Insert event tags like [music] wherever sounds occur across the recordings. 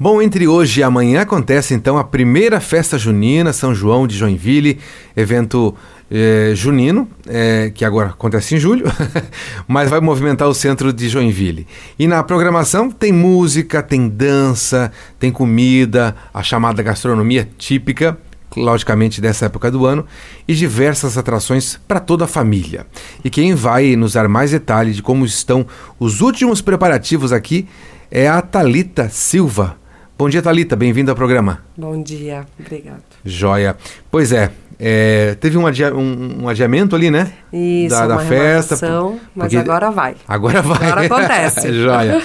Bom, entre hoje e amanhã acontece então a primeira festa junina São João de Joinville, evento eh, junino, eh, que agora acontece em julho, [laughs] mas vai movimentar o centro de Joinville. E na programação tem música, tem dança, tem comida, a chamada gastronomia típica, logicamente dessa época do ano, e diversas atrações para toda a família. E quem vai nos dar mais detalhes de como estão os últimos preparativos aqui é a Talita Silva. Bom dia, Talita, bem-vindo ao programa. Bom dia, obrigado. Joia. Pois é, é, teve um, adia- um- um adiamento ali, né? Isso, da, da uma festa. renovação, por- mas porque- agora vai. Agora vai. Agora acontece. [laughs] Joia.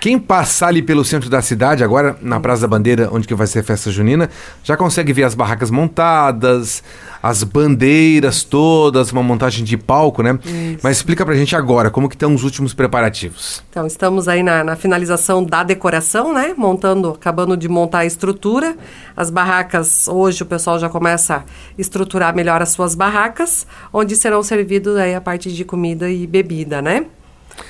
Quem passar ali pelo centro da cidade, agora na Praça da Bandeira, onde que vai ser a festa junina, já consegue ver as barracas montadas, as bandeiras todas, uma montagem de palco, né? Mas explica pra gente agora, como que estão os últimos preparativos. Então, estamos aí na, na finalização da decoração, né? Montando, acabando de montar a estrutura. As barracas, hoje o pessoal já começa a estruturar melhor as suas barracas, onde serão servidos aí a parte de comida e bebida, né?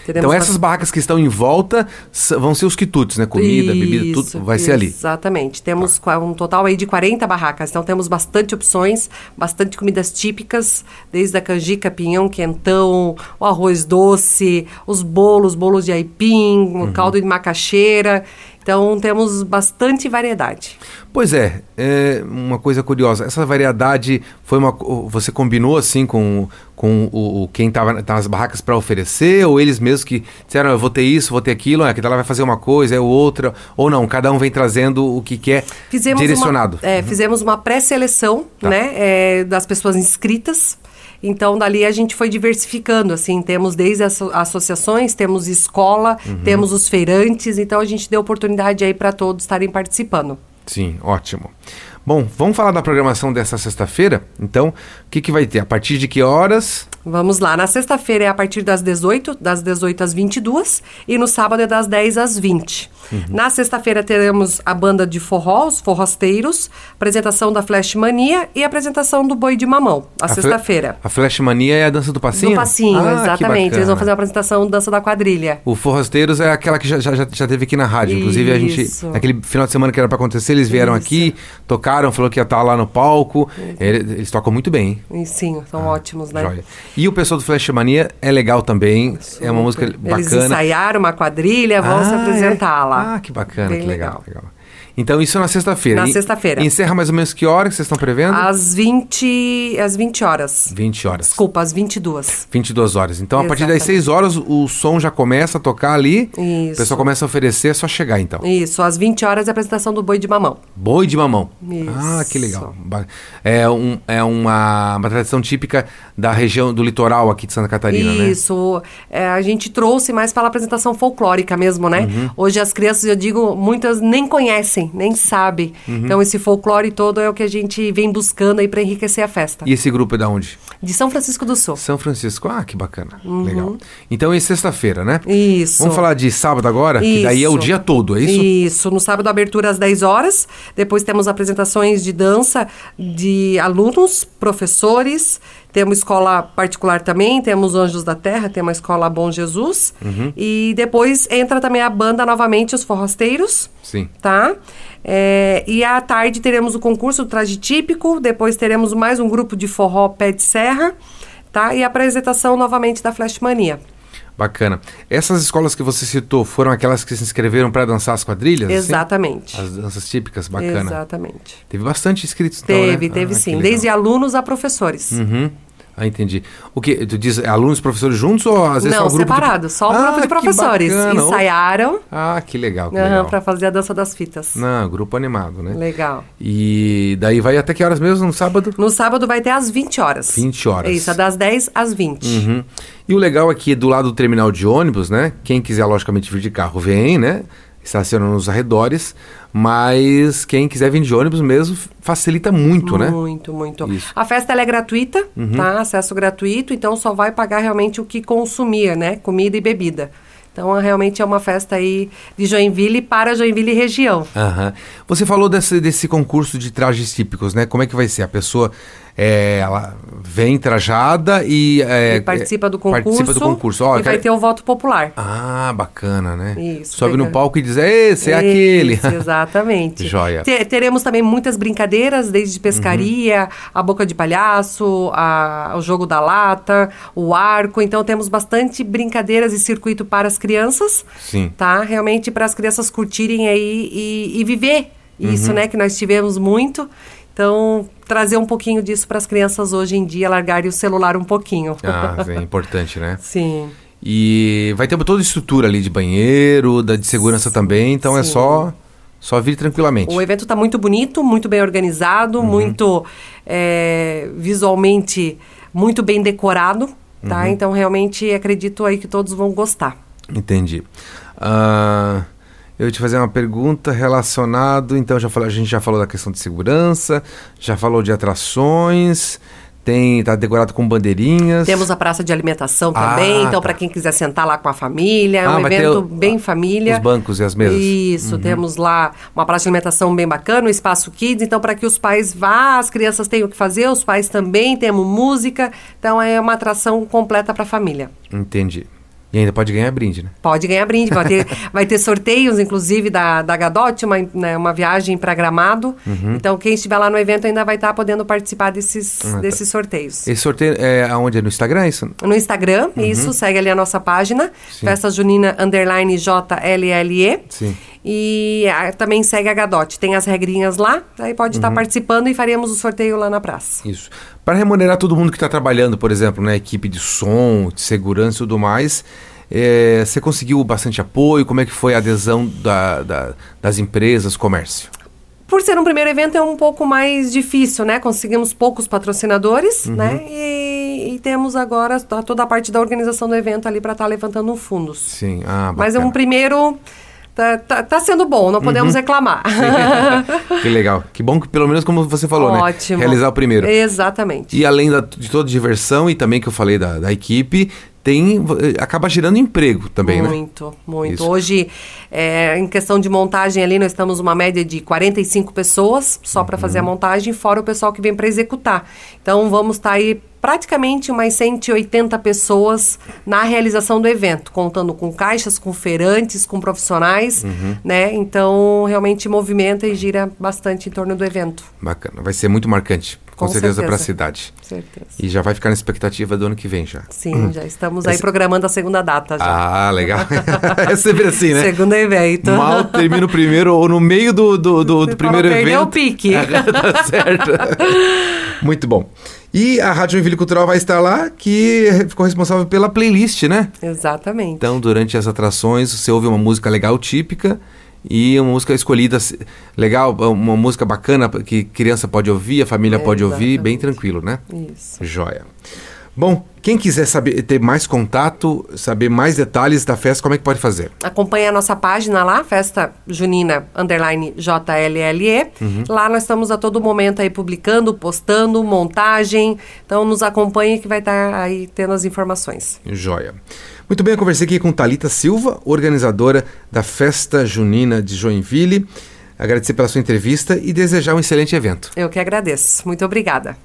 Teremos então a- essas barracas que estão em volta s- vão ser os quitutes, né? Comida, bebida, Isso, tudo vai ser ali. Tá. Exatamente. Temos qua- um total aí de 40 barracas, então temos bastante opções, bastante comidas típicas, desde a canjica, pinhão, quentão, o arroz doce, os bolos, bolos de aipim, Uhum. o caldo de macaxeira. Então temos bastante variedade. Pois é, é uma coisa curiosa. Essa variedade foi uma. co- Você combinou assim com, com o, o- quem estava nas barracas para oferecer, ou eles mesmos que disseram, "Ah, eu vou ter isso, vou ter aquilo, é, que ela vai fazer uma coisa, é outra, ou não, cada um vem trazendo o que quer Fizemos direcionado. Uhum. Tá. Uma, é, Fizemos uma pré-seleção, né, é, das pessoas inscritas. Então, dali a gente foi diversificando, assim, temos desde as asso- associações, temos escola, Uhum. temos os feirantes, então a gente deu oportunidade aí para todos estarem participando. Sim, ótimo. Bom, vamos falar da programação dessa sexta-feira? Então, o que, que vai ter? A partir de que horas? Vamos lá, na sexta-feira é a partir das 18, das 18 às 22 e no sábado é das 10 às 20. Uhum. Na sexta-feira teremos a banda de forró, os forrosteiros, apresentação da Flash Mania e apresentação do Boi de Mamão, à A fle- sexta-feira. A Flash Mania é a dança do passinho? Do passinho, Ah, que exatamente. Eles vão bacana. fazer uma apresentação dança da quadrilha. O Forrasteiros é aquela que já, já, já- já teve aqui na rádio. Inclusive, a gente. Isso. Naquele final de semana que era pra acontecer, eles vieram aqui, tocaram, falou que ia estar lá no palco. Uhum. Ele- Eles, tocam muito bem, hein? E sim, são ótimos, né? Ah, Joia. E o pessoal do Flash Mania é legal também. É uma música Super. bacana. Eles ensaiaram uma quadrilha, vão se Ah, é? apresentar lá. Ah, que bacana, Bem que legal. legal. Então, isso é na sexta-feira. Na E- sexta-feira. Encerra mais ou menos que hora que vocês estão prevendo? Às 20, às 20 horas. 20 horas. Desculpa, às 22. 22 horas. Então, a partir das Exatamente. 6 horas, o som já começa a tocar ali. O Isso. pessoal começa a oferecer, é só chegar então. Isso, às 20 horas é a apresentação do Boi de Mamão. Boi de mamão. Isso. Ah, que legal. Ba- É, um, é uma, uma tradição típica da região do litoral aqui de Santa Catarina, né? Isso. É, a gente trouxe mais pela apresentação folclórica mesmo, né? Uhum. Hoje as crianças, eu digo, muitas nem conhecem, nem sabem. Uhum. Então esse folclore todo é o que a gente vem buscando aí para enriquecer a festa. E esse grupo é da onde? De São Francisco do Sul. São Francisco. Ah, que bacana. Legal. Então é sexta-feira, né? Uhum. Isso. Vamos falar de sábado agora? Que daí é o Isso. dia todo, é isso? Isso. No sábado, abertura às 10 horas. Depois temos apresentações de dança de alunos, professores. Temos escola particular também. Temos Anjos da Terra, tem uma escola Bom Jesus. Uhum. E depois entra também a banda novamente, os forrosteiros. Sim. Tá? É, e à tarde teremos o concurso do traje típico. Depois teremos mais um grupo de forró pé de serra. Tá? E a apresentação novamente da Flash Mania. Bacana. Essas escolas que você citou foram aquelas que se inscreveram para dançar as quadrilhas? assim? Exatamente. As danças típicas, bacana. Exatamente. Teve bastante inscritos, então, né? Teve, teve Ah, que sim. legal. Desde alunos a professores. Uhum. Ah, entendi. O que tu diz é alunos e professores juntos ou às vezes Não, só o é um grupo de- separado, só o Ah, grupo de que professores. bacana. Ensaiaram Ah, que legal, que legal. para fazer a dança das fitas. Não, grupo animado, né? Legal. E daí vai até que horas mesmo no sábado? No sábado vai ter às 20 horas. 20 horas. Isso, é das 10 às 20. Uhum. E o legal é que do lado do terminal de ônibus, né? Quem quiser, logicamente, vir de carro, vem, né? Estaciona nos arredores, mas quem quiser vir de ônibus mesmo facilita muito, né? Muito, muito. Isso. Uhum. A festa ela é gratuita, tá? Acesso gratuito, então só vai pagar realmente o que consumir, né? Comida e bebida. Então, é- realmente é uma festa aí de Joinville para Joinville e região. Aham. Você falou desse, desse concurso de trajes típicos, né? Como é que vai ser? A pessoa é, ela vem trajada e, é, E participa do é, concurso. participa do concurso. Ó, e quero- vai ter o voto popular. Ah, bacana, né? Isso, Sobe no legal. palco e diz, esse é aquele. Isso, exatamente. Joia. Te- teremos também muitas brincadeiras, desde pescaria, Uhum. a boca de palhaço, a- o jogo da lata, o arco. Então temos bastante brincadeiras e circuito para as crianças. Sim. Tá? Realmente para as crianças curtirem aí e, e viver Uhum. isso, né? Que nós tivemos muito. Então, trazer um pouquinho disso para as crianças hoje em dia, largarem o celular um pouquinho. [laughs] Ah, é importante, né? [laughs] Sim. E vai ter toda a estrutura ali de banheiro, da de segurança também, então é Sim. só só vir tranquilamente. O evento está muito bonito, muito bem organizado, Uhum. muito é, visualmente muito bem decorado, tá? Uhum. Então realmente acredito aí que todos vão gostar. Entendi. Ah, eu ia te fazer uma pergunta relacionado, então já falou, a gente já falou da questão de segurança, já falou de atrações, tem tá decorado com bandeirinhas. Temos a praça de alimentação Ah, também, então tá. para quem quiser sentar lá com a família, é Ah, um vai ter evento o- bem família. os bancos e as mesas. Uhum. Isso, temos lá uma praça de alimentação bem bacana, o espaço kids, então para que os pais vá, as crianças tenham o que fazer, os pais também, temos música, então é uma atração completa para a família. Entendi. E ainda pode ganhar brinde, né? Pode ganhar brinde, vai [laughs] ter, vai ter sorteios, inclusive, da, da Gadote, uma, né, uma viagem para Gramado. Uhum. Então, quem estiver lá no evento ainda vai estar podendo participar desses, tá. desses sorteios. Esse sorteio é aonde é no Instagram, é isso? No Instagram, isso, segue ali a nossa página, Uhum. Sim. Festa Junina Underline JLLE. Sim. E ah, também segue a Gadote, tem as regrinhas lá, aí pode Uhum. estar participando e faremos o sorteio lá na praça. Isso. Para remunerar todo mundo que está trabalhando, por exemplo, na equipe de som, de segurança e tudo mais, é, você conseguiu bastante apoio? Como é que foi a adesão da- da- das empresas, comércio? Por ser um primeiro evento é um pouco mais difícil, né? Conseguimos poucos patrocinadores, Uhum. né? E, e temos agora to- toda a parte da organização do evento ali para estar levantando um fundos. Sim. Ah, Mas é bacana. um Uhum. primeiro. Tá, tá- tá sendo bom, não podemos reclamar. [laughs] [laughs] que legal. Que bom que, pelo menos, como você falou, Ótimo. É. né? Realizar o primeiro. Exatamente. E além da- de toda a diversão e também que eu falei da, da equipe, tem eh, acaba gerando emprego também, né? muito, muito. Isso. Hoje, é, em questão de montagem ali, nós estamos uma média de 45 pessoas só para fazer a Uhum. montagem, fora o pessoal que vem para executar. Então, vamos estar aí praticamente umas 180 pessoas na realização do evento, contando com caixas, com feirantes, com profissionais, Uhum. né? Então, realmente movimenta e gira bastante em torno do evento, Bacana. Vai ser muito marcante, com, Com certeza, para a certeza. cidade. certeza. E já vai ficar na expectativa do ano que vem já. Sim, já estamos aí programando a segunda data já. Ah, [laughs] legal. é sempre assim, né? Segundo evento. [laughs] Mal termina o primeiro ou no meio do, do, do, do Você primeiro fala, perdeu evento. o [laughs] pique. tá certo. Muito bom. E a Rádio Joinville Cultural vai estar lá, que ficou responsável pela playlist, né? Exatamente. Então, durante as atrações, você ouve uma música legal, típica, e uma música escolhida se- legal, uma música bacana que criança pode ouvir, a família pode ouvir, bem Exatamente. tranquilo, né? Isso. Joia. Bom, quem quiser saber, ter mais contato, saber mais detalhes da festa, como é que pode fazer? Acompanhe a nossa página lá, Festa Junina Underline JLLE. Lá nós estamos a todo momento aí publicando, postando, montagem. Então nos acompanhe que vai estar aí tendo as informações. Joia. Muito bem, eu conversei aqui com Talita Silva, organizadora da Festa Junina de Joinville. Agradecer pela sua entrevista e desejar um excelente evento. Eu que agradeço. Muito obrigada.